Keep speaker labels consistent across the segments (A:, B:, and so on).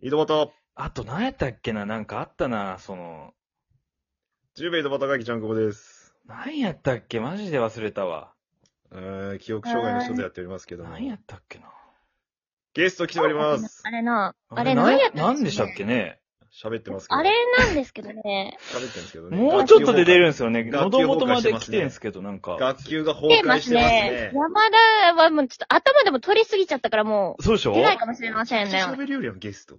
A: 井戸端、
B: あと何やったっけななんかあったな、その、
A: 十兵衛井戸端がきちゃんこぼです。
B: 何やったっけマジで忘れたわ。
A: えー、記憶障害の人でやっておりますけども。
B: 何やったっけな
A: ゲスト来ております
C: あ。れな、あれ
B: な
C: 何やった
B: 何でしたっけね
A: 喋ってますけど。
C: あれなんですけ どね、
A: 喋ってんですけどね。
B: もうちょっとで出るんですよね。
A: 学
B: 喉
A: 級
B: 元まで来て
A: 崩壊してますね
B: んすけど、なんか。
A: 学級が崩
C: 来てま
A: 壊し
C: す
A: てます
C: ね
A: ね。。
C: 山田はもうちょっと頭でも取りすぎちゃったからも
B: そうでし
C: う、
B: ょ
C: 出ないかもしれませ
A: めっ
C: ん
A: ち
C: ね
A: ゃ。喋りよりやん、ゲスト。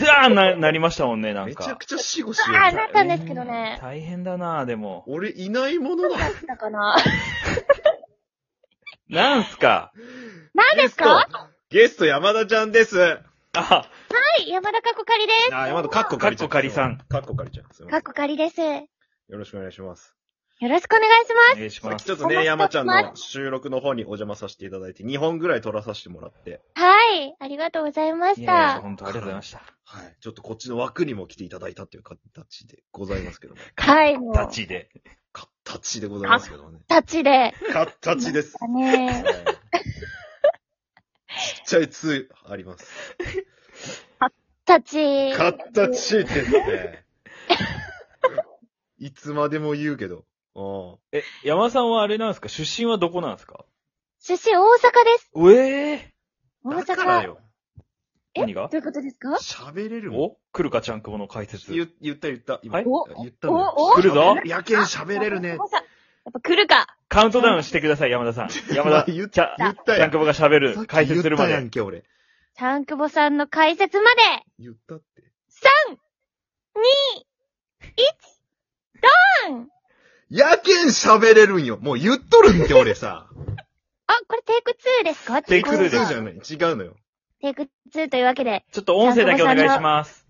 B: ザーな、なりましたもんね、なん
A: めちゃ
B: か
A: く。ちゃ死後しよ
C: ああ、
A: う
C: なったんですけどね。
B: 大変だな、でも。
A: 俺いないものだ。
C: だったかな。
B: なんすか
C: 何ですかは
A: ゲスト山田ちゃんです。あ、
B: あ、
C: い、山田かっこかりで
A: 山田、カッコ
B: か
A: か
B: っ
A: りちゃ
B: こ
A: ん。
B: かりさん。
A: カッコかりちゃん。すい
C: す。
A: ま
C: か
A: せ
C: っこかりです。よ
A: んよろしくお願いします。
C: ろしくお願いしま
B: お願いし
A: さ
B: ま
A: っき
B: す。
A: ちょっとね、山ちゃんの収録の方にお邪魔させていただいて、2本ぐらい撮らさせてもらって、
C: す。はい、ありがとうございま
B: いや
C: し
B: いや、
C: た。
B: 本当ありがとうございました。
A: はい。ちょっとこっちの枠にも来ていただいたという形でございますけ ども。
C: はい、もう、
B: 立ちで。
A: 形でございますけどもね。
C: 立ちで。
A: 形です。
C: だ
A: は
C: ね
A: いちっちゃいつあります。
C: 立ち。
A: 形ですね。いつまでも言うけど。あ
B: え、山さんはあれなんですか出身はどこなんですか
C: 出身大阪です。
B: うええ
C: 大
A: あ
C: 阪。
A: だからよ。
C: え
B: 何が
C: どういうことですか
A: 喋れるもん。
B: おくるかちゃんくぼの解説。
A: 言言った言った。今
B: はい
C: お
A: 言ったんだよ
C: おお
B: 来るぞ
A: 野犬喋れるね
C: 大。阪やっぱ来るか。
B: カウントダウンしてください、山田 さん。山田、
A: 言っ
B: ちゃ、
A: 言った
B: ジャ
A: や
B: ン
A: ん。
B: クボが喋
A: さっ
B: る、
A: き
B: 解説するま
A: 言ったや
B: で。
A: んけ、俺。
C: ちゃんくぼさんの解説まで、
A: 言ったって。
C: 3、2、1、ドーン
A: 野犬喋れるんよ。もう言っとるんって、俺 さ。
C: あ、これテイク2ですか
B: テイク2です
A: そうじゃない。違うのよ。
C: テイク2というわけで、
B: ちょっと音声だけお願いします。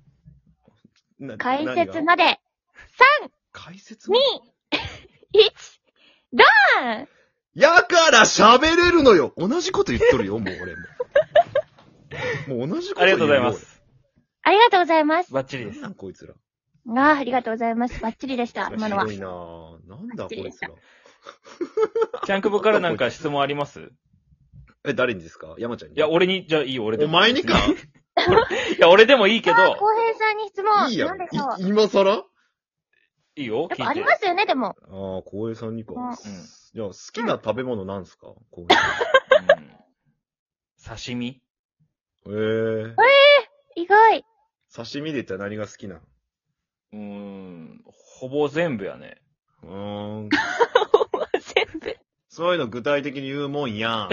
A: な
C: 解説
A: 何が
C: まで、
A: 解説
C: 3、2、1、ドーン
A: やから喋れるのよ同じこと言っとるよ、もう俺 も。もう同じこと
B: あり
A: 言
B: が
A: う
B: とうございます。
C: ありがとうございます。
B: バッチリ
A: よ。
B: で
A: なんなん
B: す。
A: こいつら。
C: あーありがとうございます。バッチリでした、今のは
A: ひ。どいなぁ。なんだこいつら。
B: ジャンクボからなんか質問あります
A: え、誰にですか山ちゃんに。
B: いや、、俺に、じゃあいいよ、俺で
A: お
B: も。
A: 前にか
B: いや、俺でもいいけど、
C: あー、浩平さんに質問。
A: いいや
C: なん
A: ん
C: でしょう。
A: い今更あ
B: いいよ、
C: やっ
B: 聞
C: ぱあ
B: い
C: り
B: て
C: ま。すよね、でも。
A: あー、光栄さんにか。
C: うん
A: うんじゃあ、好きな食べ物なん すか光栄さ
B: うん刺身
A: ん。えー。
C: 意外。
A: 刺身で言ったら何が好きなん
B: うーん、ほぼ全部やね。
A: うーん。
C: もう全部。
A: そういうの具体的に言うもん やん。
C: も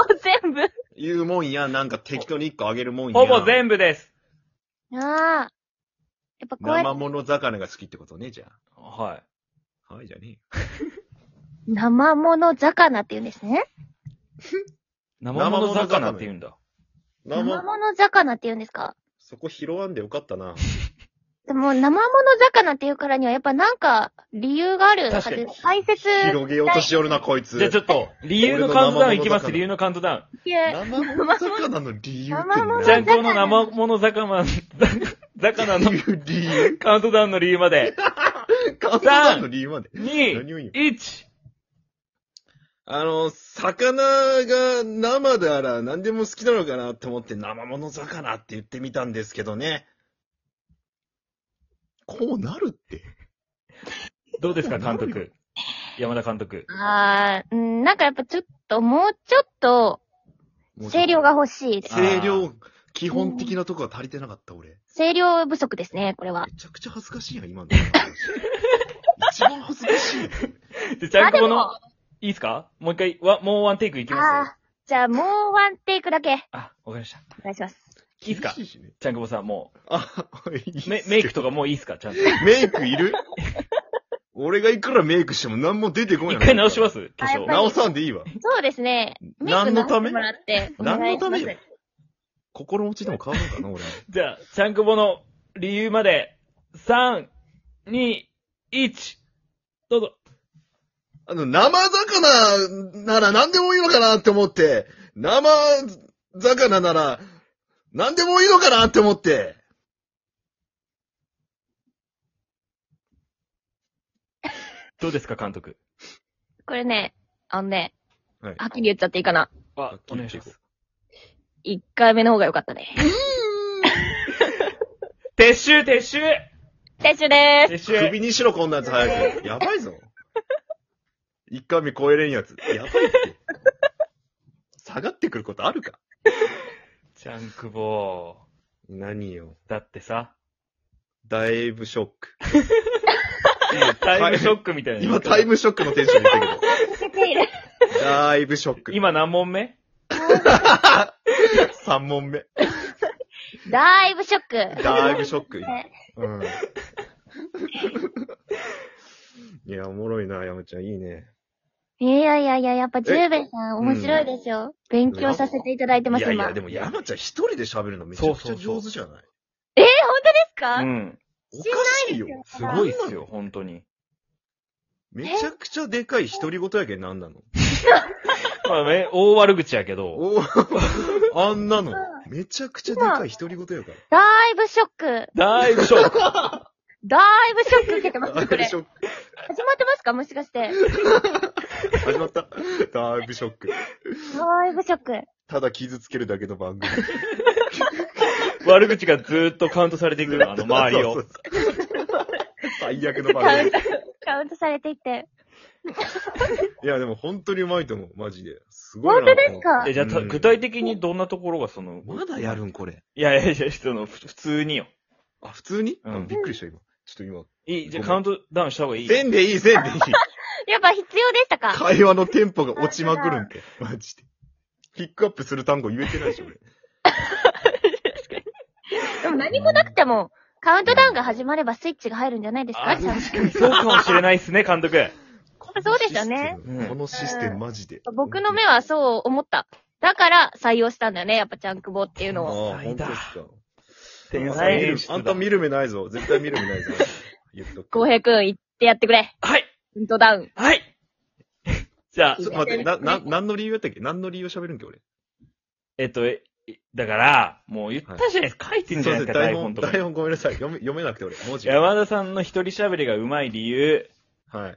C: う全部。
A: 言うもんやん。なんか適当に一個あげるもんやん。
B: ほぼ全部です。
C: ああ。やっぱこうや
A: 生
C: って、
A: 物魚が好きってことね、じゃ
B: は
A: あ。はい、じゃねえよ
C: 生物魚って言うんですね。
B: い。生物魚って言うんだ。
A: 生
C: 生物魚って言うんですか
A: そこ拾わんでよかったな。
C: でも、生物魚って言うからには、やっぱなんか、理由がある。
B: 確かに
C: 解説、
A: 広げようとしよるな、こいつ。
B: じゃあちょっと、理由のカウントダウンいきます、理由のカウントダウン。
A: 生物魚の理由って
C: 生
B: ジャ
C: 物
B: ンクボの生物魚、 魚の
A: 何いう理由
B: カウントダウンの理由ま で。
A: カウントダウンの理由まで。
B: 2、
A: 何を言う
B: 1。
A: あの、魚が生だら何でも好きなのかなって思って生物魚って言ってみたんですけどね。こうなるって。
B: どうですか、監督。山田監 督。
C: あー、うん、なんかやっぱちょっと、もうちょっと、声量が。欲しいです。
A: 声量、基本的なとこが足りてなかった、俺。
C: 声量不足ですね、これは
A: め。ちゃくちゃ恥ずかしいやん、今の話。 一番恥ずかしいよ。
B: で、ジャンクボ
C: あ
B: の、いいですかもう一回、わ、もうワンテイクいき
C: でも、
B: ます
C: あーじゃあもうワンテイクだけ、
B: あ、わかりました。
C: お願いします。
B: いいっすか
A: 厳しいしね
B: ジャンクボさん、も
A: あ、いいっす
B: う、
A: よ
B: メメイクとかもういいですかちゃ んと。
A: メイクいる俺がいくらメイクしても何も出てこない。。
B: 一回直しますす、化粧
C: あ。
A: 直さんでいいわ。
C: そうですね。メイク
A: 何のため
C: 直してもらってお願いし
A: 何の
C: ます
A: ためよ心持ちでも変わるのかな、俺。
B: じゃあ、ジャンクボの理由まで、3、2、1。どうぞ。
A: あの、生魚なら何でもいいのかなって思って、生魚なら何でもいいのかなって思って。
B: どうですか、監督。
C: これね、あのね、
A: はい
C: はっきり言っちゃっていいかな。
B: あ、お願いします。
C: 1回目の方が良かったね。
B: 撤収、撤収
C: 撤収でーす。
B: 撤収
A: 首にしろ、こんなやつ早く。やばいぞ。一回目超えれんやつ。やばいって。下がってくることあるか
B: ジャンクボ
A: 何よ。
B: ー。だってさ、
A: だいぶショック。
B: タイムショックみたいな。
A: 今タイムショックのテンションで言った
C: 出ている。
A: けど。だいぶショック。
B: 今何問目
A: 3問目。
C: だいぶショック。
A: だいぶショック。
C: ね
A: うん。 いや、おもろいな、山ちゃん。いいね。
C: いやいやいや、やっぱ、ジューベさん、面白いですよ。勉強させていただいて
A: い
C: ます、
A: やい
C: 今。
A: や、でも山ちゃん一人で喋るのめちゃくちゃ上手じゃない
C: えー、本当ですか、
B: うん。
A: おかしいよ。
B: すごいっすよ、本当に。
A: めちゃくちゃでかい独り言やけんなんなの
B: まあね、大悪口やけど。
A: お あんなの。めちゃくちゃでかい独り言やか
C: だいぶショック。
B: だいぶショック。
C: だいぶショック受けてます
A: ら。
C: ね、
A: だいぶ
C: これ。
A: シ
C: 始
A: ョック。
C: まってますかもしかして。
A: 始まった。だいぶショック。
C: だいぶショック。
A: ただ傷つけるだけの番組。
B: 悪口がずーっとカウントされていくの、あの周り
A: そ
B: を
A: う。そうそう。最悪の
C: カ
A: 番
C: ウン
A: 組
C: ト。、カウントされていって。
A: いや、でも本当にうまいと思う。マジで。すごいな
C: 本
A: と
C: 当
A: 思って。
C: ですか
B: え、じゃあた、
A: うん
B: 具体的にどんなところがその、
A: まだやるん、これ。
B: いやいやいや、その、ふ普通によ。
A: あ、普通に、
B: うん
A: あびっくりした、今。ちょっと今。
B: いい、じゃあ
A: ご
B: カ
A: め
B: ウントダウンした方がいい。
A: せんでいい、せんでいい。
C: やっぱ必要でしたか
A: 会話のテンポが落ちまくるん で。マジで。ピックアップする単語言えてないでしょ、 俺。
C: でも何もなくても、カウントダウンが始まればスイッチが入るんじゃないですか
B: あ
C: ちゃんと
B: そうかもしれないっすね、監督。
C: そうですよね
A: このシステム。このシステム、マジで。
C: 僕の目はそう思った。だから採用したんだよね、やっぱジャンクボっていうのを。
A: ああ、
B: 天才
A: 本当
B: だ
A: ですか。
B: 天
A: あんた
B: 才
A: 見る
B: 演出だ
A: あんた見る目ないぞ。絶対見る目 ないぞ。言っとく。
C: 浩平くん、言ってやってくれ。
B: はい
C: カウントダウン。
B: はい じゃあ
A: ちょ、っと待って、な、な、何の理由やったっけ何の理由を喋るんけ、俺。
B: えっと、え、だから、もう言ったじゃないですか。書いてんじゃないですか、
A: 台
B: 台本
A: 本、
B: とか
A: 台。本ごめんなさい。読め、読めなくて、俺。文字が。
B: 山田さんの一人喋りがうまい理由、
A: はい。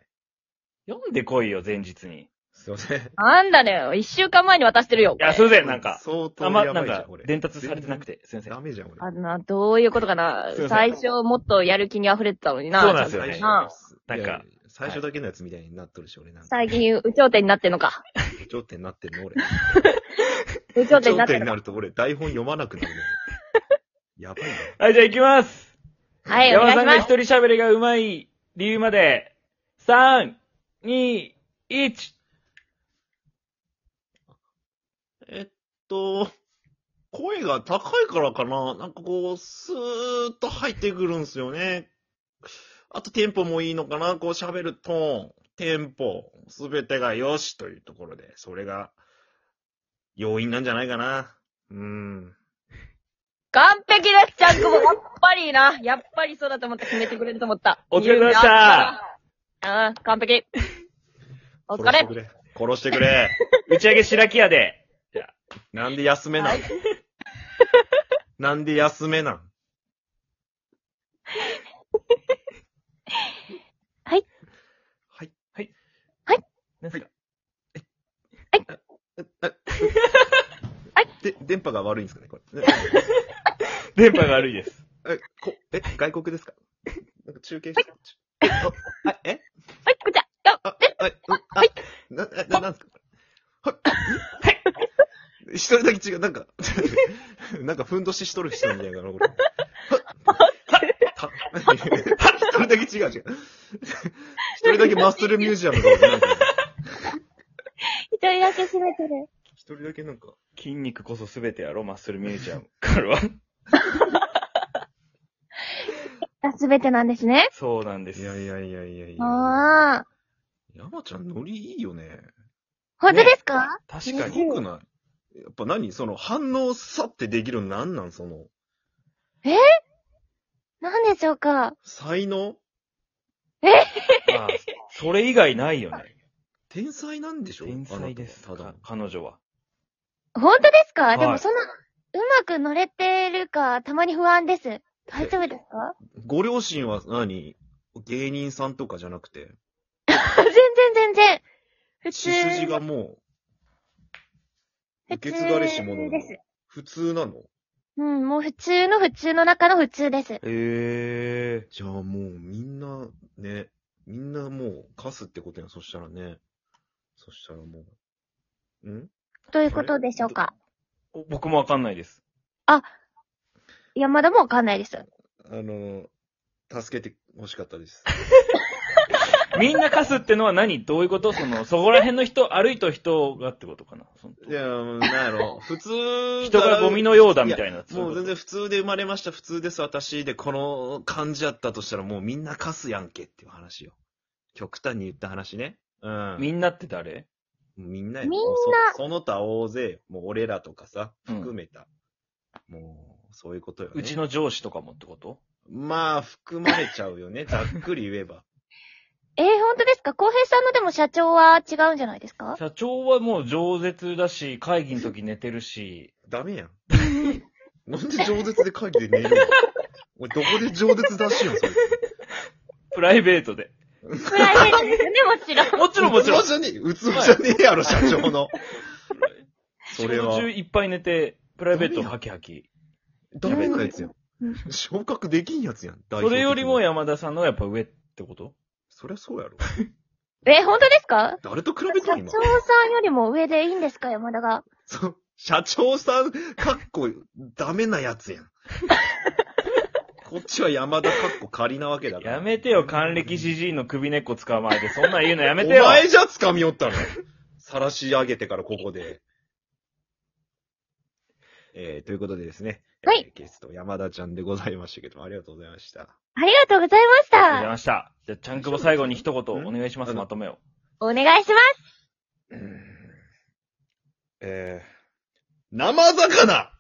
B: 読んでこいよ、前日に。い
A: すいません。
C: なんだね、一週間前に渡してるよ。
B: や、すいません、なんか、
A: 相当
B: あ
A: や
B: ん
A: ばい
B: ま、
A: じゃ
B: なん
A: ん、
B: か、
A: 俺。
B: 伝達されてなくて、すいません。
A: ダメじゃん、俺。
C: あんな、どういうことかな
B: すいません。
C: 最初もっとやる気に溢れてたのにな。
B: そうなんですよ
A: 最
B: ね
A: 初
C: な
B: なんか
A: いやいや最初だけのやつみたいになっとるし、俺なんか。
C: 最近、有頂天になってんのか。
A: 頂点になってんの、俺。
C: 有 頂
A: 頂
C: 天になっ
A: 点に
C: てんのか。
A: なると、俺、台本読まなくなるの。 やばいな。
B: はい、じゃあ行きます。
C: はい、お
B: 山
C: 願
B: 田
C: い
B: さ
C: し
B: んが
C: ま
B: 一
C: す。
B: 人喋りがうまい理由まで、3、2、1。
A: えっと、声が高いからかな。なんかこう、スーッと入ってくるんすよね。あとテンポもいいのかな。こう喋るトーン、テンポ、すべてが良しというところで、それが要因なんじゃないかな。うん。
C: 完璧です、ちゃんくも。やっぱりな。やっぱりそうだと思った。決めてくれると思った。
B: お疲れ様でした
C: た。うん、完璧。お疲れ。
A: れ。殺してくれ。
B: 打ち上げ白木屋で。
A: なんで休めなん、なんで休めなん
C: はい。
A: はい。
B: なんすか
A: ええで、電波が悪いんですかね、こ れ。ね
B: 電波が悪いです。
A: え、こ、え、外国ですかなんか中継して。あ、あ え
C: はい、こちら。よ
A: あ、え、あ、うんあ
C: はい
A: な、な、ななんですかはい。 一人だけ違う、なんか、なんか、ふんどししとる人みたいなの、こ れ。た一人だけ違う、違う。一人だけマッスルミュージアムが、なんか
C: 一人だけ締めてる。
A: 一人だけなんか、
B: 筋肉こそ全てやろ、マッスルミュージアム。からは。
C: すべてなんですね。
B: そうなんです。
A: いやいやいやいやいや。
C: ああ。
A: 山ちゃん、ノリいいよね。
C: 本当ですか、
B: 確か
A: す
B: に。
A: ごくないやっぱ何その反応さってできるのなんなんその、
C: なんでしょうか
A: 才能
B: ああそれ以外ないよね。
A: 天才なんでしょ
B: 天才です。
A: あなた
B: か
A: は
B: 彼女は。
C: 本当ですか、
B: い
C: でもその、うまく乗れてるか、たまに不安です。大丈夫ですか
A: ただ。ご両親は何芸人さんとかじゃなくて、
C: 全然全然。普
A: 血筋
C: 通。
A: がもう、
C: 普
A: 受
C: 通
A: け継がれし者なの
C: です。
A: 普通なの
C: うん、もう普通の普通の中の普通です。
B: ええ
A: じゃあもうみんな、ね、みんなもう貸すってことやん、そしたらね。そしたらもう。ん
C: ということでしょうか。
B: 僕もわかんないです。
C: いや、まだもわかんないです。
A: あの、助けて欲しかったです。
B: みんな貸すってのは何どういうことその、そこら辺の人、歩いた人がってことかなその
A: いや、なんや ろ。普通。
B: 人がゴミのようだみたいな。そう
A: も
B: いうこ
A: 全
B: と
A: 然普通で生まれました、普通です、私。で、この感じやったとしたらもうみんな貸すやんけっていう話よ。極端に言った話ね。うん。
B: みんなって誰
A: みんなや
C: みんな
A: もうそその他大勢よ。もう俺らとかさ、
B: うん
A: 含めた。もう、そういうことよ、ね。
B: うち。の上司とかもってこと
A: まあ、含まれちゃうよ ね。ざっくり言えば。
C: えー、本当ですか浩平さんのでも社長は違うんじゃないですか
B: 社長はもう饒舌だし、会議の時寝てるし、
A: ダメやん。なんで饒舌で会議で寝る の俺、どこで饒舌出しよん、それ。
B: プライベートで。
C: プライベートですよね、もちろん。
B: もちろんもちろん。
A: 器じゃねえ、器じゃねえやろ、社長の。そ
B: 仕
A: れ
B: 事
A: は
B: 中。いっぱい寝て、プライベートハキハキ。
A: ダメなやつやん
C: うん。
A: 昇格できんやつやん。代表的
B: そ
A: に
B: れよりも。山田さんのやっぱ上ってこと
A: そりゃそうやろ。
C: えー、本当ですか
A: 誰と比べた
C: 社長
A: 今
C: さ。んよりも上でいいんですか山田が。
A: そう社長さん、かっこ、ダメなやつやん。こっちは山田かっこ仮なわけだから。
B: やめてよ、還暦じじいの首根っこ捕まえて、そんなん言うのやめて
A: お
B: よ。
A: 前じゃ掴みおったの。晒し上げてからここで。えー、ということでですね。
C: はい
A: えーゲスト山田ちゃんでございましたけども、ありがとうございました。
C: ありがとうございまし
B: ありがとうござい
C: た。
B: ました。じゃあ、ちゃんくぼ最後に一言お願いしま
A: う
B: す、
A: ん
B: まとめを。
C: お願いします。
A: えー、生魚